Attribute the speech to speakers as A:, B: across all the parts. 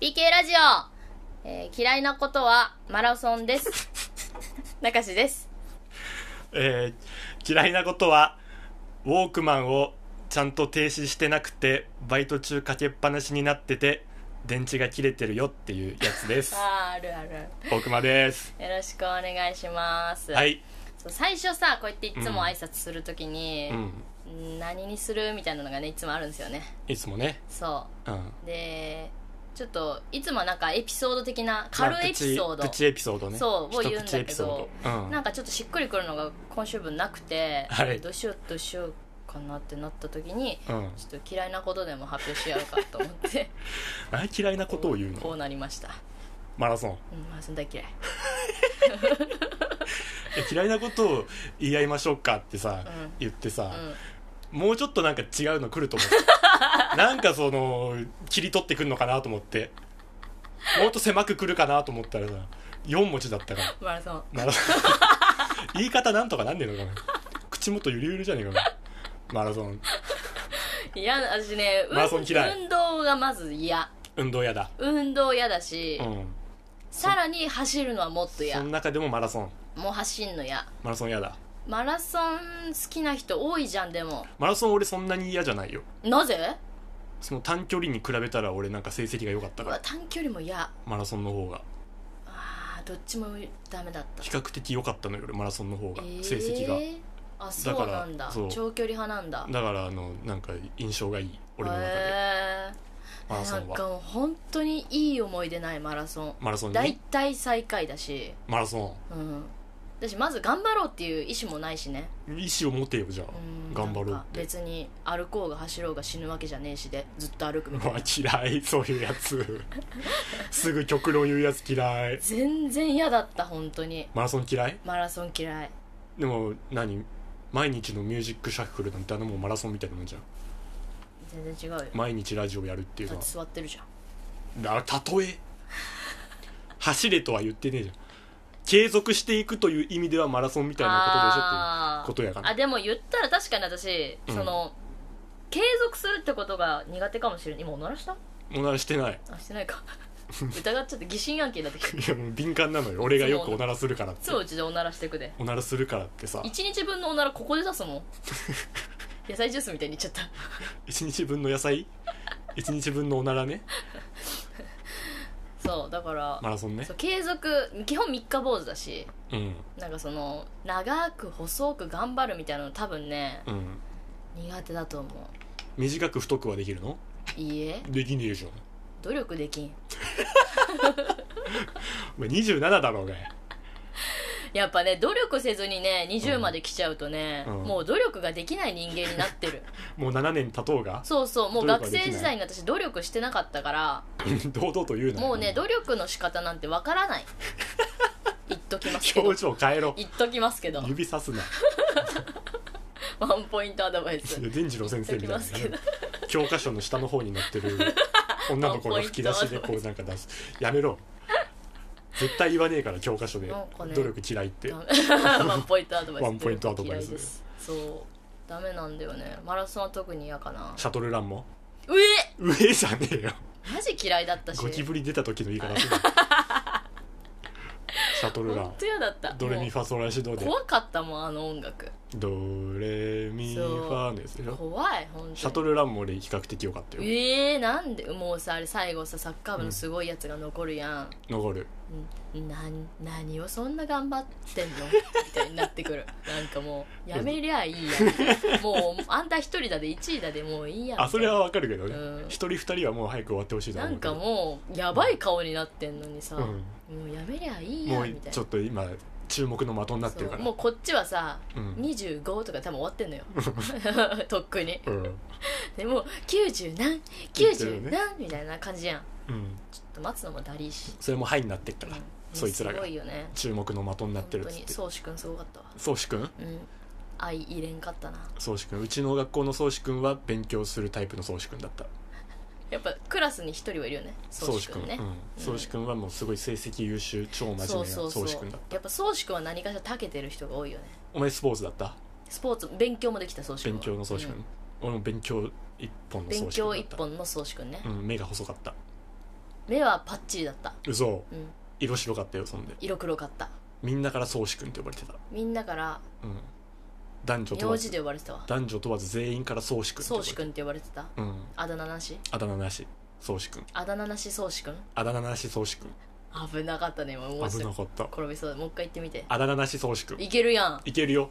A: PK ラジオ、えー嫌いなことはマラソン です。中志です。
B: えー嫌いなことはウォークマンをちゃんと停止してなくてバイト中かけっぱなしになってて電池が切れてるよっていうやつです
A: あーあるある。
B: 僕まです
A: よろしくお願いします。
B: はい
A: そう最初さ、こうやっていつも挨拶するときに
B: う、ん
A: うん何にするみたいなのがね、いつもあるんですよね。
B: いつもね
A: そ
B: うん
A: う。で、ちょっと、いつもはなんかエピソード的な、軽いエピソード。
B: まあプチプチエピソードね
A: そうを言うんだけど
B: 一口エピソードうん
A: なんかちょっとしっくりくるのが今週分なくて、
B: はい
A: どうしようどうしようかなってなった時に、
B: うん
A: ちょっと嫌いなことでも発表し合うかと思って
B: あ嫌いなことを言う
A: こ
B: の
A: うなりました
B: マラソン
A: うんまあそんな嫌い
B: え嫌いなことを言い合いましょうかってさ、
A: うん
B: 言ってさ、
A: うん
B: もうちょっとなんか違うの来ると 思ってなんかその切り取ってくるのかなと思ってもっと狭く来るかなと思ったらさ4文字だったから
A: マラソン
B: マラ 言い方なんとかなんねえのかな口元ゆるゆるじゃねえかなマラソン
A: いや私ね運
B: マラソン嫌い
A: 運動がまず嫌
B: 運動嫌だ
A: 運動嫌だし、
B: うん
A: さらに走るのはもっと
B: そ
A: 嫌
B: の
A: も
B: 中でもマラソン
A: う走んの嫌
B: マラソン嫌だ
A: マラソン好きな人多いじゃんでも
B: マラソン俺そんなに嫌じゃないよ
A: なぜ
B: その短距離に比べたら俺なんか成績が良かった
A: う
B: か
A: わ
B: ら
A: 短距離も嫌あ
B: マラソンの方が
A: あどっちもダメだった
B: 比較的良かったのよ俺マラソンの方が
A: えー
B: 成績が
A: あそうなんだ
B: だからそう
A: 長距離派なんだ
B: だからあのなんか印象がいい俺の中で
A: へ
B: マラ
A: ー
B: ソ
A: な
B: ン
A: んか
B: は
A: もう本当にいい思い出ないマラソ
B: マラソ
A: ン
B: ン
A: 大
B: に
A: 体最下位だし
B: マラソ
A: うん私まず頑張ろうっていう意思もないしね、
B: ン意思を持てよじゃあ
A: うん、
B: 頑張ろ
A: な
B: うん
A: か
B: って
A: 別に歩こうが走ろうが死ぬわけじゃねえしでずっと歩くみ
B: う
A: たい
B: わ
A: な
B: 嫌いそういう やつすぐ極論言うやつ嫌い
A: 全然嫌だった本当に
B: マラソン嫌い
A: マラソン嫌い
B: でも何毎日のミュージックシャッフルなんてあのもうマラソンみたいなもんじゃん
A: 全然違うよ
B: 毎日ラジオやるっていう
A: だ
B: の
A: っ
B: は
A: て座ってるじゃん
B: だ例え走れとは言ってねえじゃん継続していくという意味ではマラソンみたいな
A: あー
B: ことでしょっていうことやから
A: あでも言ったら確かに私、
B: うん
A: その継続するってことが苦手かもしれない今おならした
B: おならしてない
A: あしてないか疑っちゃって疑心暗鬼になってきたい
B: いやもう敏感なのよ俺がよくおならするからって
A: つもうちでおならしてくで
B: おならするからってさ
A: 1日分のおならここで出す もん野菜ジュースみたいに言っちゃっ
B: 1日分の野菜1日分のおならね
A: たそうだから、
B: マラソンね
A: そう継続基本3日坊主だし
B: うん
A: なんかその長く細く頑張るみたいなの多分ね
B: うん
A: 苦手だと思
B: 短く太くはできるの
A: ういいえ
B: できねえじゃん
A: 努力できん
B: お前27だろうが
A: やっぱね努力せずにね20まで来ちゃうとね、
B: うん
A: もう努力ができない人間になってる
B: もう7年経とうが
A: そうそうもう
B: 努
A: 学
B: 力はできな
A: 生
B: い
A: 時代に私努力してなかったから
B: 堂々と言うなよ
A: もうね努力の仕方なんてわから ない言っときますけど
B: 表情変えろ
A: 言っときますけど
B: 指さすな
A: ワンポイントアドバイス
B: 伝次郎先生みたいなね
A: 言っときま
B: 教科書の下の方に載ってる女の子が吹き出しでこうなんか出すやめろ絶対言わねえから教科書で
A: なんかね
B: 努力嫌いって
A: ダ メワンポイントアドバイス
B: ワンポイントアドバイス
A: 嫌いですそうダメなんだよねマラソンは特に嫌か な
B: シャトルランも
A: うえ
B: 上じゃねえよ
A: マジ嫌いだったし
B: ゴキブリ出た時の言い方する シャトルラ
A: 本
B: ン
A: 当嫌だった
B: ドレミファソラシド
A: もう
B: で
A: 怖かったもんあの音楽
B: ドレミファのやつでしょ
A: 怖い本当に
B: シャトルランも俺比較的良かったよ
A: えー、なんでもうさあれ最後さサッカー部のすごいやつが残るや
B: 残る
A: ん、ん、な何をそんな頑張ってんのみたいになってくるなんかもうやめりゃいい やんもうあんた一人だで1位だでもういいやん
B: あそれはわかるけどね
A: うん
B: 一人二人はもう早く終わってほしいと
A: な
B: 思うんけど
A: かもうやばい顔になってんのにさ、
B: うん
A: もうやめりゃいいやん
B: もう
A: みたいな
B: ちょっと今注目の的になってるか
A: そう
B: ら
A: もうこっちはさ、
B: うん
A: 25とか多分終わってん のよとっくに
B: うん
A: でも90何
B: 言ってるよ
A: 90
B: ね
A: 何、みたいな感じやん
B: うん
A: ちょっと待つのもだりーし
B: それもハイになってっからそいつら
A: す
B: が
A: ごいよね
B: 注目の的になってるっ
A: 本
B: つ
A: 当
B: っ
A: に
B: て
A: 宗主君すごかったわ
B: 宗志くん
A: うん愛入れんかったな
B: 宗志くんうちの学校の宗志くんは勉強するタイプの宗志くんだった
A: やっぱクラスに一人はいるよね宗主君ね
B: 宗志くんはもうすごい成績優秀超真面目
A: そう
B: な
A: そうそ
B: 宗
A: う
B: 志くんだった
A: やっぱ宗主君は何かしら長けてる人が多いよね
B: お前スポーツだった
A: スポーツ勉強もできた宗主君
B: 勉
A: は
B: 強の宗志くん、
A: うん
B: 俺も勉強一本の宗
A: 勉
B: 志くん
A: 強
B: だっ
A: 一
B: た
A: 本の宗主君ね
B: うん目が細かった
A: 目はパッチリだった、
B: 嘘
A: うん、
B: 色白かったよそんで
A: 色黒かった
B: みんなから宗志君って呼ばれてた、
A: みんなから
B: うん、男女問わ
A: 名字
B: ず
A: で呼ばれてたわ
B: 男女問わず全員から宗志君って
A: 宗
B: 呼ばれ
A: 志
B: て
A: くんって呼ばれてた
B: たうん
A: あだ名なし
B: あだ名なし宗志君
A: あだ名なし宗志くん
B: あだ名なし宗志君
A: 危なかったね今もう一
B: 危
A: 度
B: なかった
A: 転びそうだもう一回言ってみて
B: あだ名なし宗志君
A: いけるやん
B: いけるよ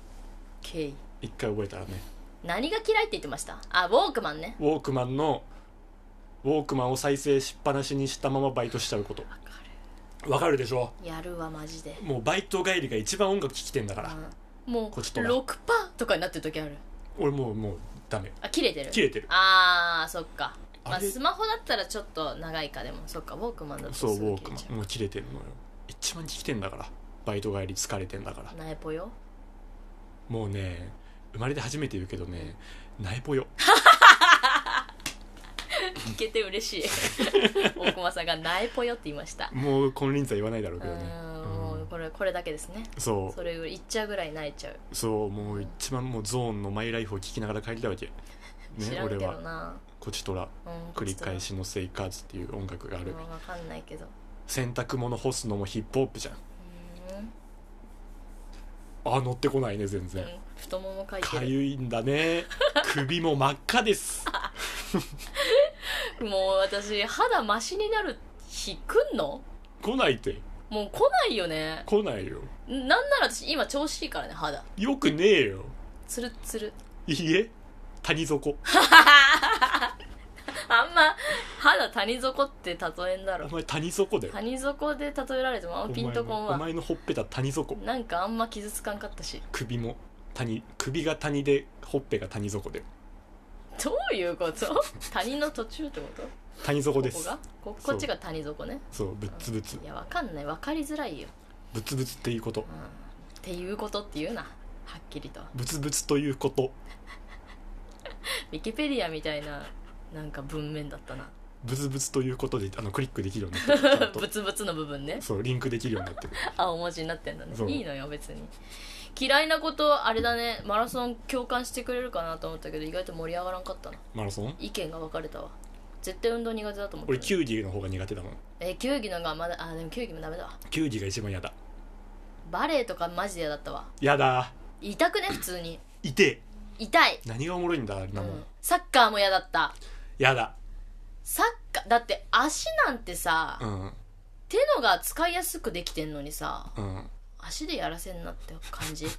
A: ケイ
B: 一回覚えたらね
A: 何が嫌いって言ってましたあウォークマンね
B: ウォークマンのウォークマンを再生しっぱなしにしたままバイトしちゃうこと
A: わか
B: わかるでしょ
A: るやるわマジで
B: もうバイト帰りが一番音楽聴きてんだから
A: うんもう
B: こっちとら
A: 6パーとかになってる時ある
B: 俺もうもうダメ
A: あ切れてる
B: 切れてる
A: あーそっかま
B: あ
A: あ、
B: れ
A: スマホだったらちょっと長いかでもそっかウォークマンだと
B: そうウ
A: すぐ
B: ォー
A: 切
B: ク
A: れ
B: マ
A: ちゃ
B: ンもう切れてるのよ一番聴きてんだからバイト帰り疲れてんだから
A: うナエポよ
B: もうね生まれて初めて言うけどねナエポよ
A: 聞けて嬉 しい大駒さんが「ナエポよ」って言いました
B: もう金輪際言わないだろう
A: う
B: けどね
A: ーんも
B: う
A: うんこれこれだけですね
B: そ
A: それ言っちゃうぐらい泣いちゃう
B: うそうもう一番もうゾーンのマイライフを聴きながら帰りたいわけ
A: 知
B: ね
A: らん
B: 俺
A: けど
B: は
A: な、
B: 「コチトラ
A: うん、
B: 繰り返しの生活」っていう音楽があ
A: 分
B: る
A: かんないけど
B: 洗濯物干すのもヒップホップじゃん
A: うん
B: あ乗ってこないね全然
A: うん太ももかいて
B: か
A: る
B: ゆいんだ ね首も真っ赤です
A: もう私肌マシになる日来んの
B: 来ないって
A: もう来ないよね
B: 来ないよ
A: なんなら私今調子いいからね肌
B: よくねえよ
A: ツルッツル
B: いいえ谷底
A: あんま肌谷底って例えんだろ
B: お前谷底だよ
A: 谷底で例えられてもあんまピンとこん
B: お前のお
A: わ
B: 前のほっぺた谷底
A: なんかあんま傷つかんかったし
B: 首も谷首が谷でほっぺが谷底で
A: どういうこと谷の途中ってこと
B: 谷底で
A: ここ
B: す
A: がこ
B: そう
A: こっちが谷底ね
B: そうぶっつぶつ
A: いやわかんないわかりづらいよ、
B: ぶつぶつっていうこと
A: うん、っていうことっていうなはっきりと
B: ぶつぶつということ
A: ウィキペディアみたいななんか文面だったな
B: ぶつぶつということであのクリックできるように なってるちゃんと
A: ブツブツの部分ね
B: そうリンクできるようになってる
A: 青文字になってんだね
B: そう
A: いいのよ別に嫌いなことあれだねマラソン共感してくれるかなと思ったけど意外と盛り上がらんかったな
B: マラソン
A: 意見が分かれたわ絶対運動苦手だと思って
B: 俺
A: る
B: 球技の方が苦手だもん
A: えー球技のがまだあでも球技もダメだわ
B: 球技が一番嫌だ
A: バレエとかマジで嫌だったわ
B: やだ
A: 痛くね普通に
B: いて
A: 痛い、
B: 何がおもろいんだあん
A: う
B: なもん、
A: ん、サッカーも嫌だった
B: やだ
A: サッカーだって足なんてさ、
B: うん
A: 手のが使いやすくできてんのにさ
B: うん
A: 足でやらせんなって感 じっ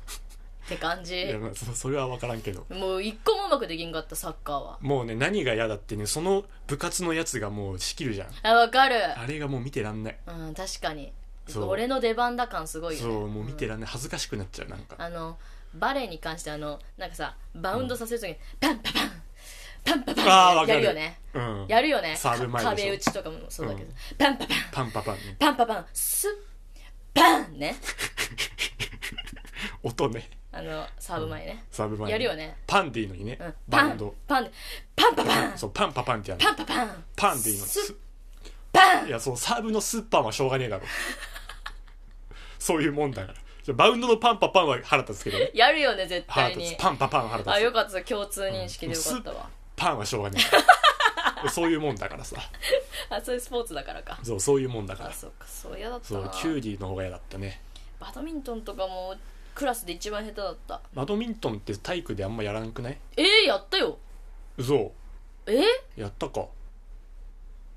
A: て感
B: いや
A: じ
B: まあそそれは分からんけど
A: もう一個もうまくできんかったサッカーは
B: もうね何が嫌だってねその部活のやつがもう仕切るじゃん
A: あわかる
B: あれがもう見てらんない
A: うん確かに
B: そう
A: 俺の出番だ感すごいよ
B: そ
A: ね
B: うもう見てらんない恥ずかしくなっちゃうなんか
A: あのバレエに関してあのなんかさバウンドさせるときに、パンパパンパンパ
B: あー
A: パン
B: わ
A: っ
B: か
A: て
B: る
A: やるよね
B: うん
A: やるよね
B: サーブ前でしょ
A: 壁打ちとかもそうだけど、パンパパン
B: パンパパン
A: パンパパンスッパンね
B: 音ね
A: あのサーブ前ね、
B: サーブ前
A: やるよね
B: パンでいいのにね、
A: うん、
B: バ
A: パ
B: ウン
A: ン
B: ド
A: パンパンパパン
B: そうパンパパンってやる
A: パンパパン
B: パンでいいのに
A: ス
B: す
A: パン
B: いやそうサーブのスーパーはしょうがねえだろそういうもんだからじゃあバウンドのパンパパンは腹立つけどね
A: やるよね絶
B: 腹
A: 対
B: 立
A: に
B: つパンパパンは腹立つ
A: あよかった共通認識でよかったわ、
B: パンはしょうがねえそういうもんだからさ
A: あそういうスポーツだからか
B: そうそういうもんだか
A: あ
B: ら
A: そっかそう嫌だった
B: そ
A: な
B: うキューリーの方が嫌だったね
A: バドミントンとかもクラスで一番下手だった
B: バドミントンって体育であんまやらんくない
A: えー、やったよ
B: 嘘
A: えー、
B: やったか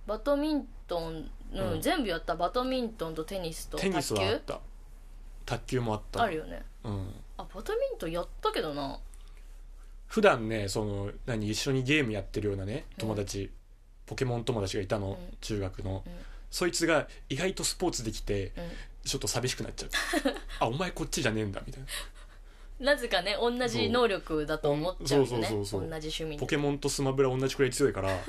A: バドミントン、うん
B: うん
A: 全部やったバドミントンとテニスと
B: テニス
A: 卓
B: はあっ
A: 球
B: た卓球もあった
A: あるよね
B: うん
A: あバドミントンやったけどな
B: 普段ねその何一緒にゲームやってるようなね友達、ポケモン友達がいたの、
A: うん
B: 中学の、
A: うん
B: そいつが意外とスポーツできて
A: う
B: ちょっと寂しくなっ ちゃうあお前こっちじゃねえんだみたいな
A: なぜかね同じ能力だと思っちゃうよ
B: そう
A: ね
B: そう
A: 同じ
B: そうそう
A: 趣味
B: ポ
A: に
B: ケモンとスマブラ同じくらい強いから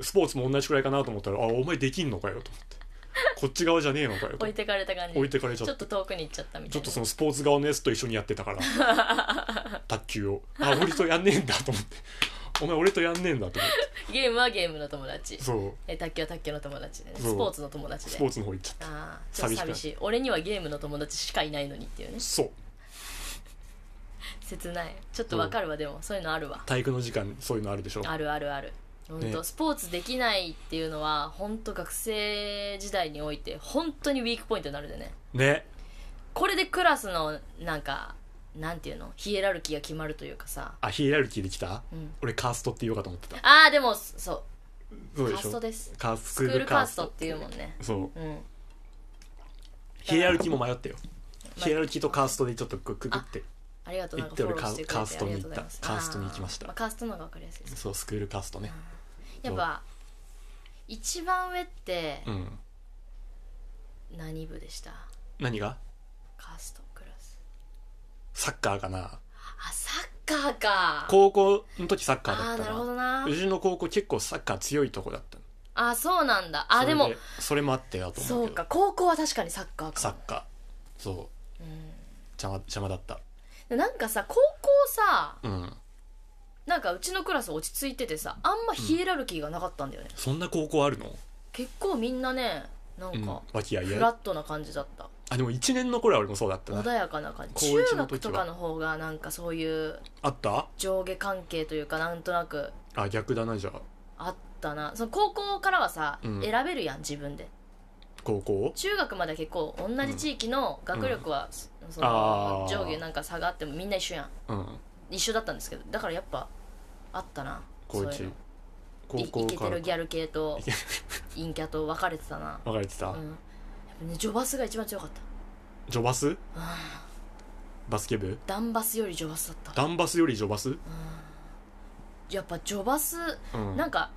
B: スポーツも同じくらいかなと思ったら「あお前できんのかよ」と思って「こっち側じゃねえのかよ」と
A: 置いてかれた感じ
B: 置いてかれちゃっ
A: ちょ
B: た
A: っと遠くに行っちゃったみ
B: ち
A: た
B: ょ
A: いな
B: っとそのスポーツ側のやつと一緒にやってたから 卓球を「あ俺とやんねえんだ」と思って「お前俺とやんねえんだ」と思っ
A: ゲームはゲームの友達
B: てそう
A: え卓球は卓球の友達でね
B: そう
A: スポーツの友達
B: ス
A: で
B: ポーツの方行っちゃった
A: ああちょっと
B: 寂
A: 寂
B: しく
A: しい俺にはゲームの友達しかいないのにっていうね
B: そう
A: 切ないちょっとわかるわでもそういうのあるわ
B: 体育の時間そういうのあるでしょ
A: あるあるある本当、
B: ね
A: スポーツできないっていうのは本当学生時代において本当にウィークポイントになるでね
B: ね
A: これでクラスのなんかなんていうのヒエラルキーが決まるというかさ、
B: あヒエラルキーできた
A: うん、
B: 俺カーストって言おうかと思ってた
A: ああでもそ
B: そうう
A: カー
B: でし
A: スト
B: ょ
A: です
B: カース
A: スクールカーストっていうもんね
B: そう
A: うん
B: ヒエラルキーも迷ったよヒエラルキーとカーストでちょっとくくくって
A: ありがとうなんか
B: 行
A: フォ
B: って
A: ローしてくれて
B: 俺カーカーストに行った
A: ありがとうございます
B: カーストに行きました
A: あーあカーストの方が分かりやすいです
B: そうスクールカーストね
A: やっぱ一番上って
B: うん
A: 何部でした
B: 何が
A: カーストクラス
B: サッカーかな
A: あサッカーか
B: 高校の時サッカーだ
A: ああ
B: っ
A: ー
B: た
A: なるほ
B: ら
A: どな
B: うちの高校結構サッカー強いとこだったの
A: あそうなんだあ
B: それ
A: でも
B: それもあってだと
A: そ
B: 思う
A: う
B: けど
A: か高校は確かにサッカーか
B: サッカーそう邪魔邪魔だった
A: うん、なんかさ高校さ
B: うん
A: なんかうちのクラス落ち着いててさあんまヒエラルキーがなかったんだよね、
B: そんな高校あるの
A: 結構みんなねなん
B: うん
A: か
B: 和気あい
A: フ
B: あ
A: ラ
B: い
A: ットな感じだった
B: あでも1年の頃は俺もそうだった
A: 穏
B: な
A: やかな感じ
B: 高一
A: 中
B: の時
A: 学と
B: は
A: かの方がなんかそういう
B: あった
A: 上下関係というかなんとなく
B: あ逆だなじゃあ
A: あったなその高校からはさ、
B: うん
A: 選べるやん自分で
B: 高校
A: 中学までは結構同じ地域の学力は、その
B: あー
A: 上下なんか差があってもみんな一緒やん
B: うん
A: 一緒だったんですけどだからやっぱあったな
B: 高
A: そういう
B: 一
A: の
B: 高
A: い
B: 校
A: イケ
B: か
A: て
B: ら
A: るギャル系と
B: イケ
A: 陰キャと分かれてたな
B: 分かれてた、
A: うんやっぱねジョバスが一番強かった
B: ジョバスバスケ部
A: ダンバスよりジョバスだった
B: ダンバスよりジョバス、
A: やっぱジョバス
B: うん、
A: なんか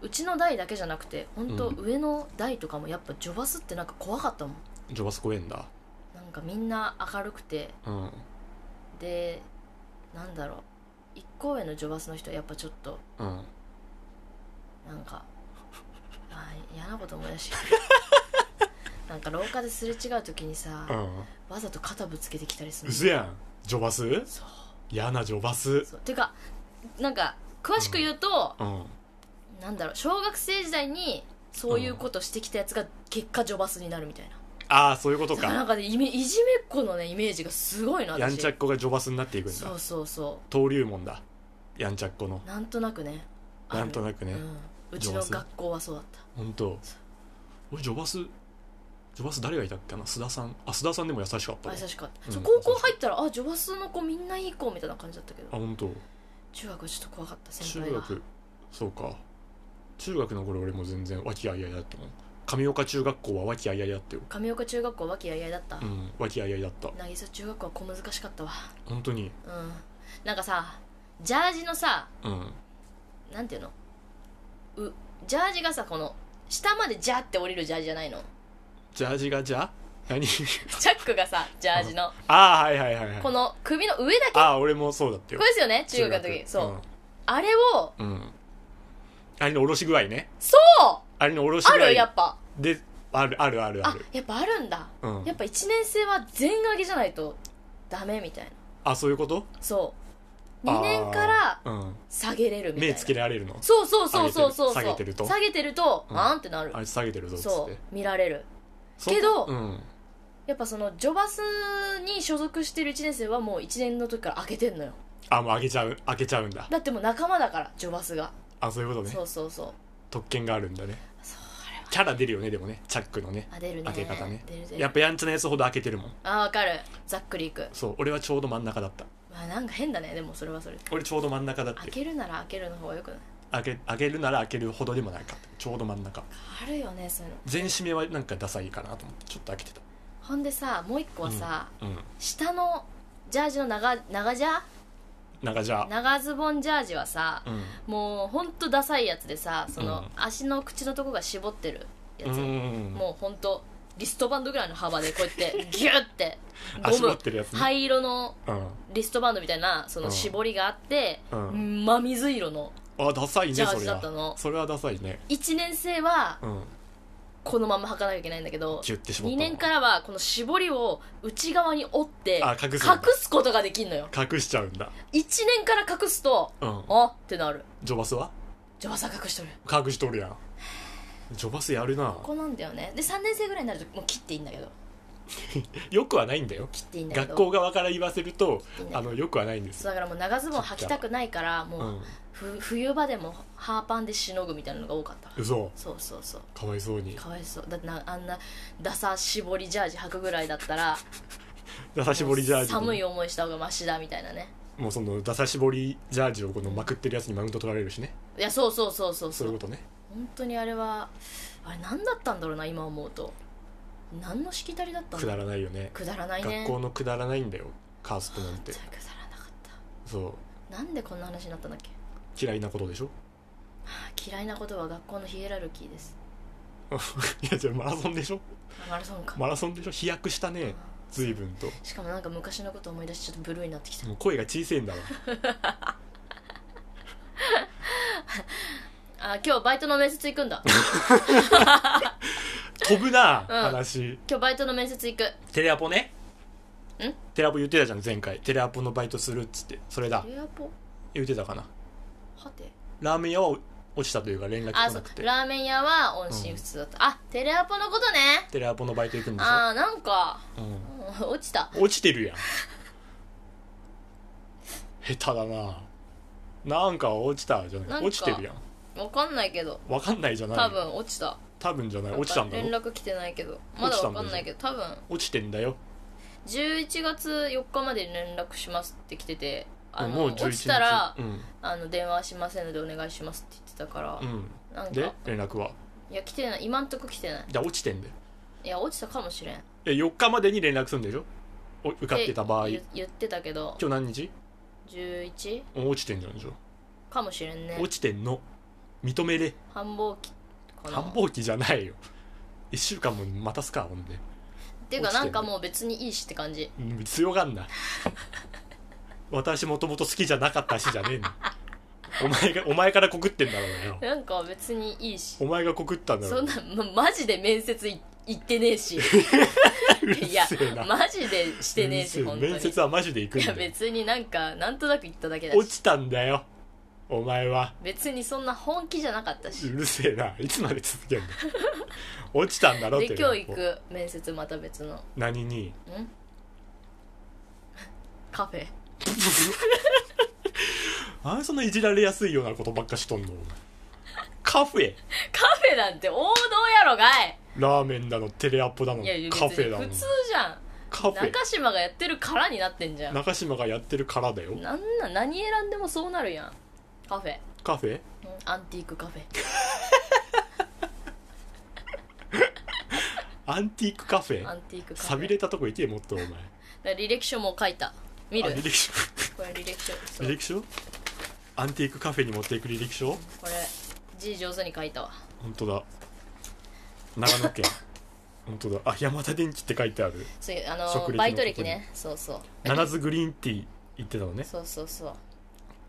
A: うちの代だけじゃなくて本当
B: うん
A: 上の代とかもやっぱジョバスってなんか怖かったもん
B: ジョバス怖えんだ
A: なんかみんな明るくて
B: うん
A: でなんだろう一行上のジョバスの人はやっぱちょっと
B: うん
A: なんかあー嫌なこと思い出 してきたなんか廊下ですれ違う時にさ、
B: うん
A: わざと肩ぶつけてきたりする
B: うそやんジョバス
A: そう
B: 嫌なジョバス
A: そうてかなんか詳しく言うと、
B: うん
A: なんだろう小学生時代にそういうことしてきたやつが結果ジョバスになるみたいな、
B: ああそういうこと
A: だからなん
B: か
A: かねいめいじめっ子のねイメージがすごいの私
B: やんちゃっ子がジョバスになっていくんだ
A: そうそうそ
B: 登竜門だやんちゃっ子の
A: うなんとなくねある
B: なんとなくね
A: うん、うちの学校はそうだった
B: 本当俺ジョバスジョバス誰がいたっけな須田さんあ須田さんでも優しかった
A: あ
B: わ
A: 優しかった、
B: うん
A: そう高校入ったらあジョバスの子みんないい子みたいな感じだったけ
B: あ
A: ど
B: 本当
A: 中学はちょっと怖かった先
B: 中
A: 輩が
B: 学そうか中学の頃俺も全然和気あいあいだったもん上岡中学校は和気あいあいだったよ
A: 上岡中学校和気あいあいだった、
B: うん和気あいあいだった
A: 渚中学校は小難しかったわ
B: 本当に
A: うんなんかさジャージのさ
B: うん
A: なんていうのうジャージがさこの下までジャーって降りるジャージじゃないの
B: ジャージがじゃ何
A: チャックがさジャージの
B: ああはいはいはいはい
A: この首の上だけこ
B: ああ俺もそうだったよ
A: れですよね中学の時そう、あれを
B: うん、うんあれのおろし具合ね
A: そう
B: あれのおろし
A: あ
B: 具合
A: るやっぱ
B: であるあるあるあ
A: あ
B: る
A: やっぱあるんだ、
B: うん
A: やっぱ1年生は全上げじゃないとダメみたいな
B: あそういうこと
A: そう
B: あー
A: 2年から
B: うん
A: 下げれるみたいな
B: 目つけられるの
A: そうそうそうそうそう
B: 下げてると
A: 下げてると、
B: うん
A: あんってなる
B: あいつ下げてるぞっつっ
A: そ
B: て
A: う見られる
B: そ
A: けど
B: うん
A: やっぱそのジョバスに所属してる1年生はもう1年の時から開けてんのよ
B: あもう上げちゃう上げちゃうんだ
A: だってもう仲間だからジョバスが、
B: あそういうことね
A: そうそうそう
B: 特権があるんだねキャラ出るよねでもねチャックのね
A: あ出るね
B: 当て方ね
A: 出る出る
B: やっぱやんちゃなやつほど開けてるもん
A: あわかるざっくりいく
B: そう俺はちょうど真ん中だった
A: まあなんか変だねでもそれはそれ
B: 俺ちょうど真ん中だっ
A: 開
B: て
A: けるなら開けるの方がよくない
B: 開け開けるなら開けるほどでもないかったちょうど真ん中
A: あるよねそういうの
B: 全締めはなんかダサいかなと思ってちょっと開けてた
A: ほんでさもう一個はさ、
B: うん
A: 下のジャージの長長ジャ
B: なんかじゃあ
A: 長ズボンジャージはさ、
B: うん
A: もうほんとダサいやつでさその、
B: うん
A: 足の口のとこが絞ってるや
B: う
A: つ、
B: ん
A: もうほんとリストバンドぐらいの幅でこうや ってギュッて
B: あ
A: ゴ
B: 絞
A: ム
B: ってるやつね
A: 灰色の
B: うん
A: リストバンドみたいなその絞りがあって、
B: う
A: 真水色の
B: あダサいね
A: ジャージ
B: それ
A: だったの
B: はそれはダサいね
A: 1年生は
B: うん
A: このまま履かなきゃいけないんだけど
B: ギュッて絞った
A: 2
B: の
A: 年からはこの絞りを内側に折って
B: あ隠すんだ
A: 隠すことができんのよ
B: 隠しちゃうんだ
A: 1年から隠すと
B: うん
A: あってなる
B: ジョバスは
A: ジョバスは隠しとる
B: 隠しとるやんジョバスやるな
A: ここなんだよねで3年生ぐらいになるともう切っていいんだけど
B: よくはないんだよ
A: 切っていいんだけど
B: 学校側から言わせると
A: いいね
B: あのよくはないんです
A: そうだからもう長ズボン履きたくないから
B: う、
A: もうんふ冬場でもハーパンでしのぐみたいなのが多かった
B: 嘘
A: そうそうそう
B: かわいそうに
A: かわいそうだってなあんなダサ絞りジャージ履くぐらいだったら
B: ダサ絞りジャージ
A: 寒い思いした方がマシだみたいなね
B: もうそのダサ絞りジャージをこのまくってるやつにマウント取られるしね
A: いやそうそうそうそう
B: そ
A: そう
B: いう
A: う
B: ことね
A: 本当にあれはあれ何だったんだろうな今思うと何のしきたりだったん
B: く
A: だ
B: だらないよね
A: くだらないね
B: 学校のくだらないんだよカースプなん
A: 本当に
B: て
A: くだらなかっ
B: そう
A: たなんでこんな話になったんだっけ
B: 嫌いなことでしょ
A: はあ嫌いなことは学校のヒエラルキーです
B: いやじゃあマラソンでしょ
A: あマラソンか、
B: マラソンでしょ飛躍した
A: う
B: ね
A: ん
B: 随分と
A: しかもなんか昔のこと思い出してちょっとブルーになってきた
B: もう声が小さいんだわ
A: あ今日バイトの面接行くんだ
B: 飛ぶな、
A: うん
B: 話
A: 今日バイトの面接行く
B: テレアポね
A: ん
B: テレアポ言ってたじゃん前回テレアポのバイトするっつってそれだ
A: レアポ
B: 言ってたかな
A: はて
B: ラーメン屋は落ちたというか連絡来
A: あそ
B: な
A: う
B: くて
A: ラーメン屋は音信不通だった、あテレアポのことね
B: テレアポのバイト行くんでし
A: ああなんか
B: ょ、う
A: うん落ちた
B: ん、落ちてるやん下手だななんか落ちたじゃ
A: な
B: なんい
A: か
B: 落ちてるやん
A: わかんないけど
B: わかんないじゃない
A: 多分落ちた
B: 多分じゃない落ちたんだ
A: 連
B: ろ
A: 絡来てないけどま
B: 落
A: だ
B: ちた
A: わ
B: んだよ
A: かんないけど多分
B: 落ちてんだよ
A: 11月4日までに連絡しますって来ててあの
B: もう11日
A: 落ちたら、
B: うん、
A: あの電話はしませんのでお願いしますって言ってたから、
B: う
A: なん
B: ん、
A: か
B: で連絡はい
A: や来てない今んとこ来てない
B: じゃあ落ちてんだよ
A: いや落ちたかもしれんっ
B: え4日までに連絡するんでしょお受かってた場合
A: 言
B: 今
A: 言ってたけど
B: 日何日
A: 11?
B: 落ちてんじゃんでしょ
A: かもしれんね
B: 落ちてんの認めれ
A: 繁忙期かな
B: 繁忙期じゃないよ1週間も待たすかほんで
A: っていうかなんかもう別にいいしって感じ
B: うん強がんな私もともと好きじゃなかったしじゃねえのお前がお前から告ってんだろうよ
A: なんか別にいいし
B: お前が告ったんだ
A: そ
B: ろ
A: ん
B: う
A: な、ま、マジで面接い行ってねえ しいや
B: うるせえな
A: マジでしてねえし
B: うるせ
A: 本当に
B: 面接はマジで行くん
A: いや
B: だよ
A: 別になんかなんとなく言っただけだ
B: 落
A: し
B: ちたんだよお前は
A: 別にそんな本気じゃなかった
B: う
A: し
B: るせえないつまで続けんの落ちたんだろ
A: で今日
B: テレ
A: 行
B: ビの子
A: く面接また別のん
B: 何に
A: カフェ
B: あんそんないじられやすいようなことばっかしとんのお前カフェ
A: カフェなんて王道やろがい
B: ラーメンだのテレアポだの
A: いや別に
B: カフェだの
A: 普通じゃん
B: カフェ
A: 中島がやってるからになってんじゃん
B: 中島がやってるからだよ
A: なんなん何選んでもそうなるやんカフェ
B: カフェ
A: うんアンティークカフェ
B: アンティークカフ
A: ア
B: ェ
A: ンティークカフェ
B: さびれたとこ行けもっとお前
A: だから履歴書も書いた見る
B: あ履歴書
A: これ履歴書そう
B: 履歴書アンティークカフェに持っていく履歴書
A: これ字上手に書いたわ
B: 本当だ長 野県本当だあ山田電機って書いてある
A: 次あ
B: 職歴
A: の
B: の
A: バイト歴ねそうそう
B: 七津グリーンティー行ってたのね
A: そうそうそう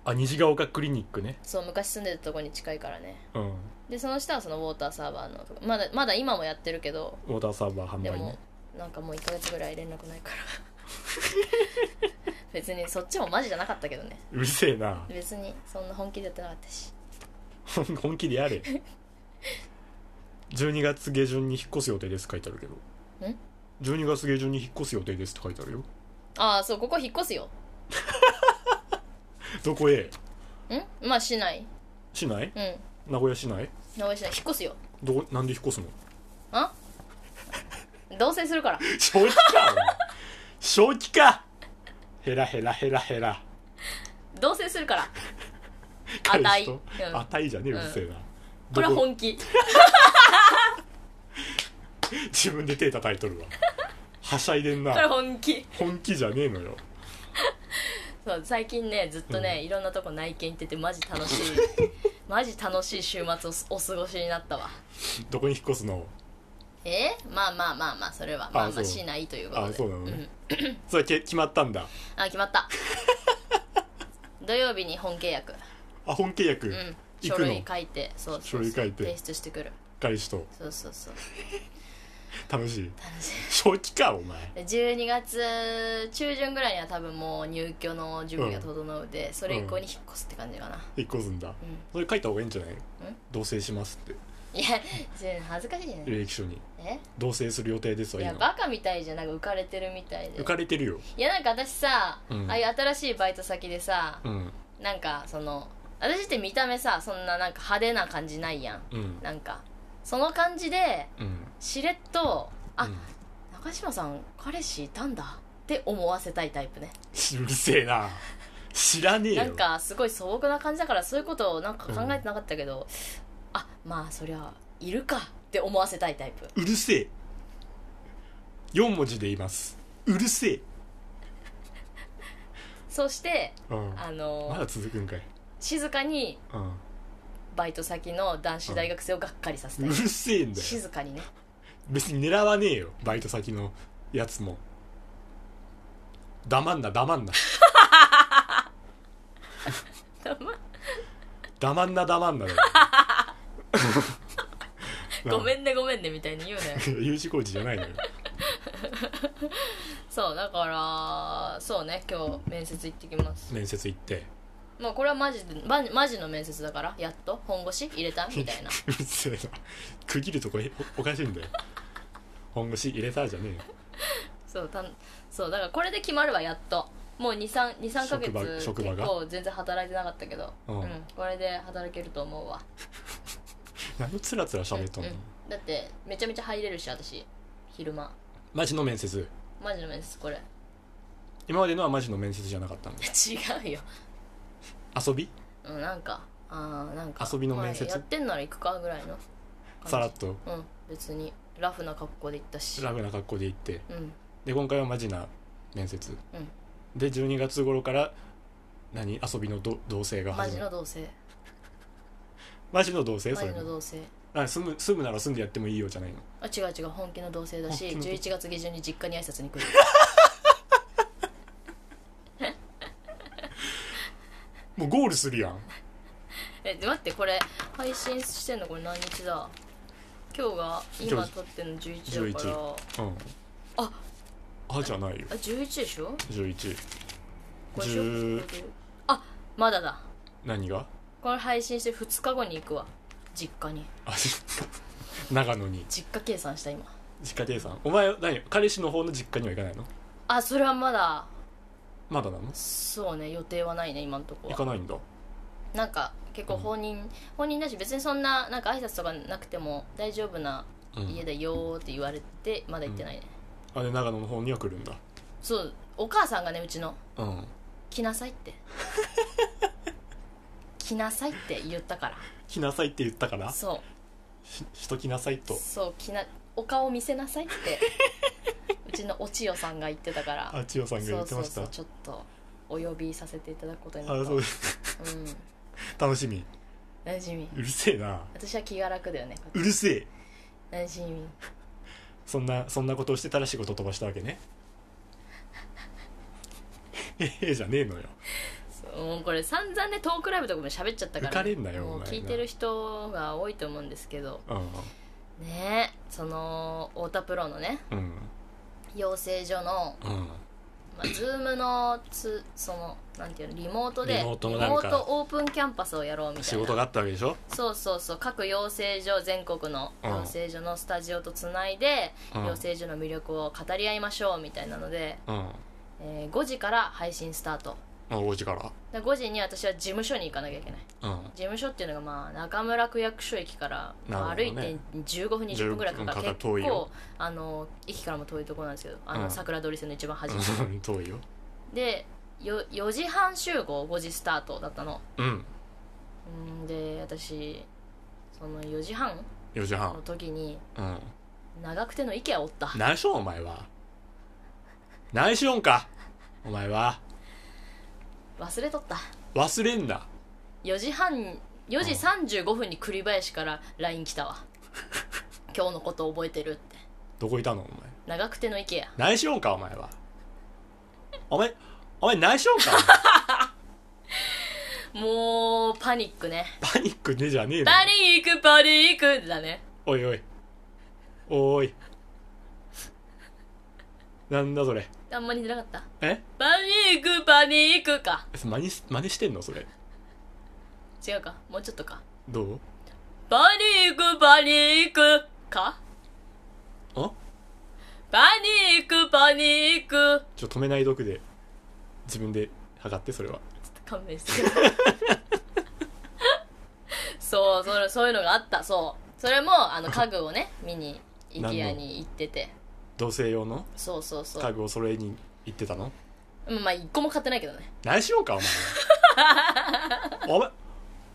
B: あ虹ヶ丘クリニックね
A: そう昔住んでたとこに近いからね
B: うん
A: でその下はそのウォーターサーバーのとこまだまだ今もやってるけど
B: ウォーターサーバー販
A: で
B: 売
A: も
B: ね
A: なんかもう1ヶ月ぐらい連絡ないから 別にそっちもマジじゃなかったけどね
B: うるせえな
A: 別にそんな本気でやってなかったし
B: 本気でやれ12月下旬に引っ越す予定ですって書いてあるけど
A: ん
B: 12月下旬に引っ越す予定ですって書いてあるよ
A: ああそうここ引っ越すよ
B: どこへ
A: んまあ市内
B: 市内
A: うん
B: 名古屋市内
A: 名古屋市内引っ越すよ
B: どこなんで引っ越すの
A: あ同棲するから
B: 正気かお前正気かヘラヘラヘラヘラ
A: 同棲するから
B: 彼氏
A: う
B: と
A: ん
B: 値じゃねえうるせえな、
A: これは
B: どこ
A: 本気
B: 自分で手叩いとるわはしゃいでん
A: これ
B: な
A: 本気
B: 本気じゃねえのよ
A: そう最近ねずっとね、いろんなとこ内見行っててマジ楽しい マジ楽しい週末をすお過ごしになったわ
B: どこに引っ越すの
A: えまあまあまあまあそれはまあま
B: そ
A: あ
B: う
A: しないということで
B: あそうなのね
A: ん
B: それけ決まったんだ
A: あ決ま った土曜日に本契約
B: あ本契約、
A: うん
B: 行
A: 書
B: くの
A: 類書いてそうそうそう
B: 書類書いて
A: 提出してくる
B: 彼氏と
A: そうそうそう
B: 楽しい
A: 楽し
B: 正気かお前
A: いで12月中準ぐらいには多分もう入居の準備が整うで、それ以降に引っ越すって感じかな、
B: 引っ越すんだ
A: うん
B: それ書いた方がいいんじゃない同棲しますって
A: いやそれ恥ずかしいね
B: 履歴書に
A: え
B: 同棲する予定です
A: い
B: わ
A: や
B: 今
A: バカみたいじゃんなんか浮かれてるみたいで
B: 浮かれてるよ
A: いやなんか私さ、
B: うん
A: ああいう新しいバイト先でさ
B: う、ん
A: なんかその私って見た目さそんななんか派手な感じないやん
B: うん
A: なんかその感じで
B: うん
A: しれっとあ、
B: うん
A: 中島さん彼氏いたんだって思わせたいタイプね
B: うるせえな知らねえよ
A: なんかすごい素朴な感じだからそういうことをなんか考えてなかったけど、あまあそりゃいるかって思わせたいタイプ
B: うるせえ4文字で言いますうるせえ、
A: そして
B: うん、
A: あ
B: ま
A: の
B: だ続くんかい、
A: 静かに
B: うん、
A: バイト先の男子大学生をがっかりさせ
B: う
A: たい
B: るせえんだよ
A: 静かに ね
B: 別に狙わねえよバイト先のやつも黙んな黙んな黙んな黙んなだよ
A: ごめ
B: ん
A: んねごめんねみたいに言う ね
B: U 字工事じゃないのよ
A: そうだからそうね今日面接行ってきます
B: 面接行って
A: まあこれはマジでマジマジの面接だからやっと本腰入れたみ たいな
B: うるせえな区切るとこえおおかしいんだよ本腰入れたじゃねえよ
A: そうたんそうだからこれで決まるわやっともう23か月
B: 職場職場が
A: 結構全然働いてなかったけど、
B: う
A: うんんこれで働けると思うわ
B: 何つらつら喋っとんの、
A: うんうんだってめちゃめちゃ入れるし私昼間
B: マジの面接
A: マジの面接これ
B: 今までのはマジの面接じゃなかったんだ
A: 違うよ、
B: 遊び
A: うん、なんかあーなんか
B: 遊びの面接
A: まあやってんなら行くかぐらいの感じ
B: さらっと
A: うん別にラフな格好で行ったし
B: ラブな格好で行って
A: うん
B: で今回はマジな面接、
A: うん
B: で12月頃から何遊びのど同棲が
A: マ
B: 始
A: ジ
B: ま
A: の
B: る
A: 同棲
B: マジの同棲
A: マ
B: そ
A: ジ
B: れ
A: の
B: も
A: 同棲
B: あ住む住むなら住んでやってもいいよじゃないの
A: あ違う違う本気の同棲だし
B: 本気の同棲
A: 11月下旬に実家に挨拶に来 る
B: もうゴールするやん
A: えで待ってこれ配信してんのこれ何日だ今日が今撮ってんの11だから
B: うん
A: あ
B: あじゃないよ
A: あ11でしょ
B: 11
A: これでしょ
B: 10
A: あまだだ
B: 何が
A: これ配信して2日後に行くわ実家に
B: あ実家 長野に
A: 実家計算した今
B: 実家計算お前何彼氏の方の実家には行かないの
A: あそれはまだ
B: まだなの
A: そうね予定はないね今のとこ
B: 行
A: は
B: かないんだ
A: なんか結構放任、放任だし別にそんななんか挨拶とかなくても大丈夫な
B: うん
A: 家だよーって言われてまだ行ってないね、
B: あで長野の方には来るんだ
A: そうお母さんがねうちの
B: うん
A: 来なさいって 来なさいって言ったか
B: 来なさいって言ったからら
A: そ
B: ししときなさいうと
A: そう来なお顔見せなさいって うちのお千代さんが言ってたから
B: あ千代さんが言ってまし
A: そうそうそ
B: た
A: うちょっとお呼びさせていただくことにな
B: あ
A: った
B: そう です
A: うん
B: 楽しみ
A: なじみ
B: うるせえな
A: 私は気が楽だよね
B: うるせえ
A: なじみ
B: そんなそんなことをしてたら仕事飛ばしたわけねええじゃねえのよ
A: そうもうこれ散々ねトークライブとかも喋っちゃったから、
B: 浮かれんなよ
A: も
B: お
A: う
B: 前な
A: 聞いてる人が多いと思うんですけど
B: う
A: ねえその太田プロのね
B: んうん
A: 養成所の
B: うん
A: まあ、Zoom のつそのなんていうのリモートで
B: リモートのなんか
A: リモートオープンキャンパスをやろうみたいな
B: 仕事があったわけでしょ
A: そうそうそう各養成所全国の
B: うん
A: 養成所のスタジオとつないで、
B: うん
A: 養成所の魅力を語り合いましょうみたいなので、
B: うんも
A: えー5時から配信スタート
B: う5時から
A: で5時に私は事務所に行かなきゃいけない
B: うん
A: 事務所っていうのがまあ中村区役所駅から、まあ
B: な
A: 歩
B: るほ
A: い
B: どね
A: て15分20分ぐらいかかる
B: 15分か
A: 結
B: か遠いよ
A: 構あの駅からも遠いところなんですけどあの、
B: うん
A: 桜通り線の一番端っこ
B: うん遠いよ
A: でよ4時半集合5時スタートだったの
B: うん
A: うんで私その4時半
B: 4時
A: の
B: 半
A: 時に
B: うん
A: 長久手の池をおった
B: 内緒お前は内緒んかお前は
A: 忘れとった
B: 忘れんな
A: 4時半4時35分に栗林から LINE 来た わ今日のこと覚えてるって
B: どこいたのお前
A: 長久手の池や
B: 内緒んかお前はお前お前内緒んか
A: もうパニックね
B: パニックねじゃねえの
A: パニックパニックだね
B: おいおいおーいなんだそれ
A: あんま似てなかった
B: え
A: パニックパニックか
B: 真似真似してんのそれ
A: 違うかもうちょっとか
B: どう
A: パニックパニックか
B: あ
A: パニックパニック
B: ちょっと止めな い毒で自分で測ってそれは
A: 勘弁してそうそれそういうのがあったそうそれもあの家具をね見に IKEA に行ってて
B: 同性用の
A: そうそうそ
B: 家
A: う
B: 具を揃えに行ってたの
A: うんまあ一個も買ってないけどね
B: 何しようかお前 お前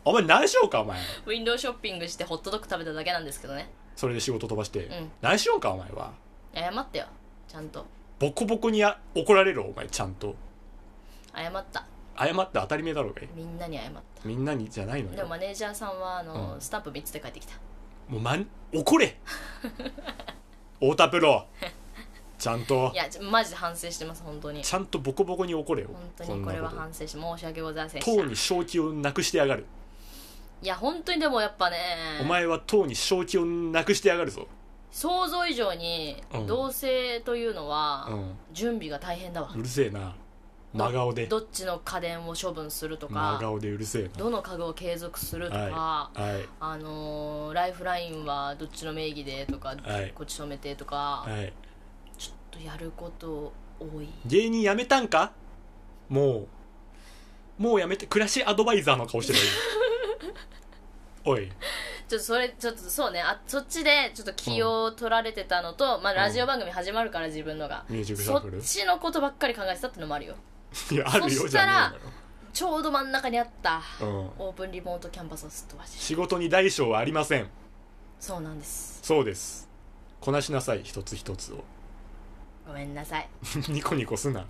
B: お前何しようかお前
A: ウィンドウショッピングしてホットドッグ食べただけなんですけどね
B: それで仕事飛ばして、
A: ん
B: 何しようかお前は
A: 謝ってよちゃんと
B: ボコボコにあ怒られるお前ちゃんと
A: 謝った
B: 謝って当たり前だろうがい
A: みんなに謝った
B: みんなにじゃないの
A: でも
B: よ
A: マネージャーさんはあの、
B: うん
A: スタンプ3つで帰ってきた
B: もう、まん、怒れ太田プロちゃんと
A: いやちょマジで反省してます本当に
B: ちゃんとボコボコに怒れよ
A: 本当にこれは
B: と
A: 反省して申し訳ございませんでし
B: 党
A: た
B: に正気をなくしてやがる
A: いや本当にでもやっぱね
B: お前は党に正気をなくしてやがるぞ
A: 想像以上に
B: うん
A: 同性というのは
B: うん
A: 準備が大変だわ、
B: うるせえな真顔で
A: どっちの家電を処分すると
B: 真
A: か
B: 顔でうるせえ
A: どの家具を継続すると
B: な
A: か、
B: はいはい
A: あのーライフラインはどっちの名義でとか、
B: はい
A: こっち止めてとか、
B: はい
A: ちょっとやること多い
B: 芸人辞めたんかもうもうやめて暮らしアドバイザーの 顔してるよおい
A: ちょっとそれちょっとそうねあそっちでちょっと気を取られてたのと、まあ、ラジオ番組始まるから自分のが、
B: ミュージックサ
A: そ
B: ー
A: っ
B: クル
A: ちのことばっかり考えてたってのもあるよ
B: いやある
A: そ
B: よ
A: し
B: じ
A: た
B: ゃ
A: ら
B: ね
A: ちょうど真ん中にあった、
B: えだろ、うん、
A: オープンリモートキャンパスをすっ飛ばし
B: 仕事に大小はありません
A: そうなんです
B: そうですこなしなさい一つ一つを
A: ごめんなさい
B: ニコニコすな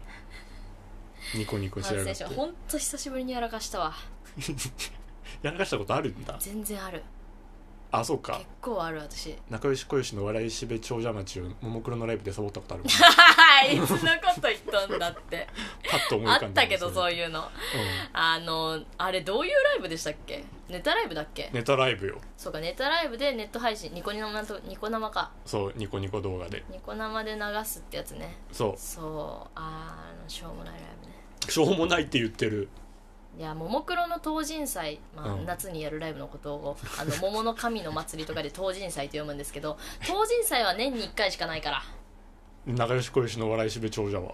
B: ニコニコし
A: 反
B: や
A: 省
B: がって
A: しましたほんと久しぶりにやらかしたわ
B: やらかしたことあるんだ
A: 全然ある
B: あそうか
A: 結構ある 私い
B: 仲良し小良しの笑いしべ長者町をももクロのライブでサボったことある もん
A: つのこと言っとんだって
B: パッと思 い浮
A: あ
B: かんだ
A: ったけどそう
B: いう、
A: いうの
B: う
A: あのあれどういうライブでしたっけネタライブだっけ
B: ん、ネタライブよ
A: そうかネタライブでネット配信ニコニ生とニコ生か
B: そうニコニコ動画で
A: ニコ生で流すってやつね
B: そ
A: そうあーあのしょうもないライブね
B: うしょうもないって言ってる
A: いやももクロの東神祭、まあ
B: うん
A: 夏にやるライブのことをあの桃の神の祭りとかで東神祭と読むんですけど東神祭は年に1回しかないから
B: 仲良し小良しの笑いしべ長者は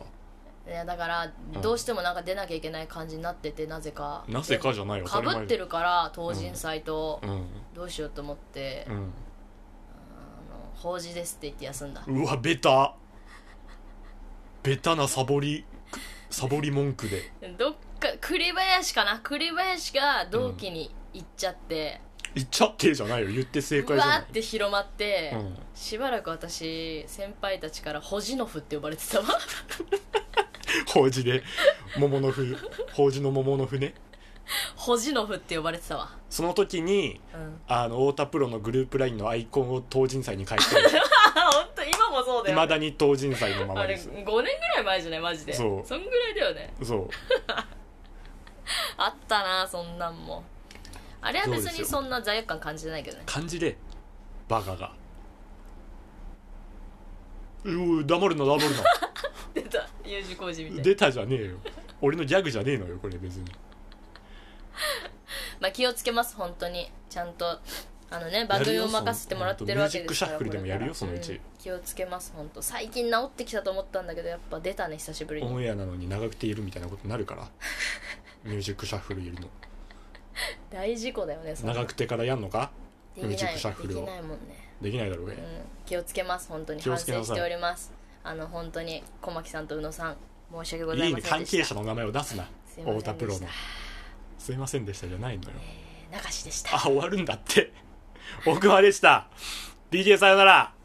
B: い
A: やだから
B: うん
A: どうしてもなんか出なきゃいけない感じになっててなぜか
B: なぜかじゃないよ
A: かぶって
B: る
A: るから東神祭と
B: うん
A: どうしようと思って、
B: うん
A: あの法事ですって言って休んだ
B: うわベタベタなサボりサボり文句で
A: どっか栗林かな栗林が同期に行っちゃって、
B: 言っちゃってじゃないよ言って正
A: う
B: 解
A: わ
B: じゃな
A: ー
B: い
A: って広まって、
B: うん
A: しばらく私先輩たちから「ホジノフ」って呼ばれてた わ
B: 法事で桃の風法事の桃の船
A: ホジノフって呼ばれてたわ
B: その時に
A: うん
B: あの太田プロのグループラインのアイコンを東神祭に変え
A: あ本当今もそう
B: て
A: だ
B: い
A: よ、
B: まだに東神祭のまま
A: あれ
B: です
A: 5年ぐらい前じゃないマジで
B: そうん
A: ぐらいだよね
B: そう
A: あったなそんなんもあれは別
B: そうです
A: に
B: よ
A: そんな罪悪感感じてないけどね
B: 感じでバカがうう黙るな黙る
A: 出た U 字工事みたい
B: な
A: な
B: 出たじゃねえよ俺のギャグじゃねえのよこれ別に
A: まあ気をつけます本当にちゃんとあのね番組を任せてもらってるわけですから
B: やるよそのミュージッ
A: これから
B: クシャッフルでもやるよそのうち
A: 気をつけます本当最近治ってきたと思ったんだけどやっぱ出たね久しぶり
B: オ
A: に
B: ンエアなのに長くているみたいなことにな るからミュージックシャッフルいるの
A: 大事故だよねそんな
B: 長くてからやんのか
A: でき
B: ミュージ
A: ない
B: ック
A: で
B: シャッフルを
A: きないもんね
B: できないだろうが
A: うん気をつけます本当に
B: 気を
A: 反
B: つけなさ
A: 省し
B: い
A: ておりますあの本当に小牧さんと宇野さん申し訳ござ
B: い
A: い
B: い
A: ま
B: ね
A: せん
B: 関
A: でした
B: 係者の名前を出すな
A: すいません
B: 太
A: でした
B: 田プロのすいませんでしたじゃないのよ
A: えー、流しでした
B: あ終わるんだって奥間でした DJ さよなら